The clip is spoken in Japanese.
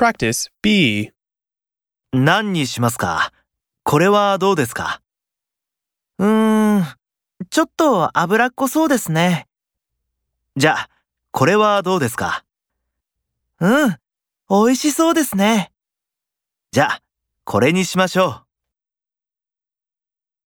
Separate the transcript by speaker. Speaker 1: Practice B.
Speaker 2: 何にしますかこれはどうですかうーん、ちょっと脂っこそうですね。じゃあ、これはどうですかうん、美味しそうですね。じゃあ、これにしましょう。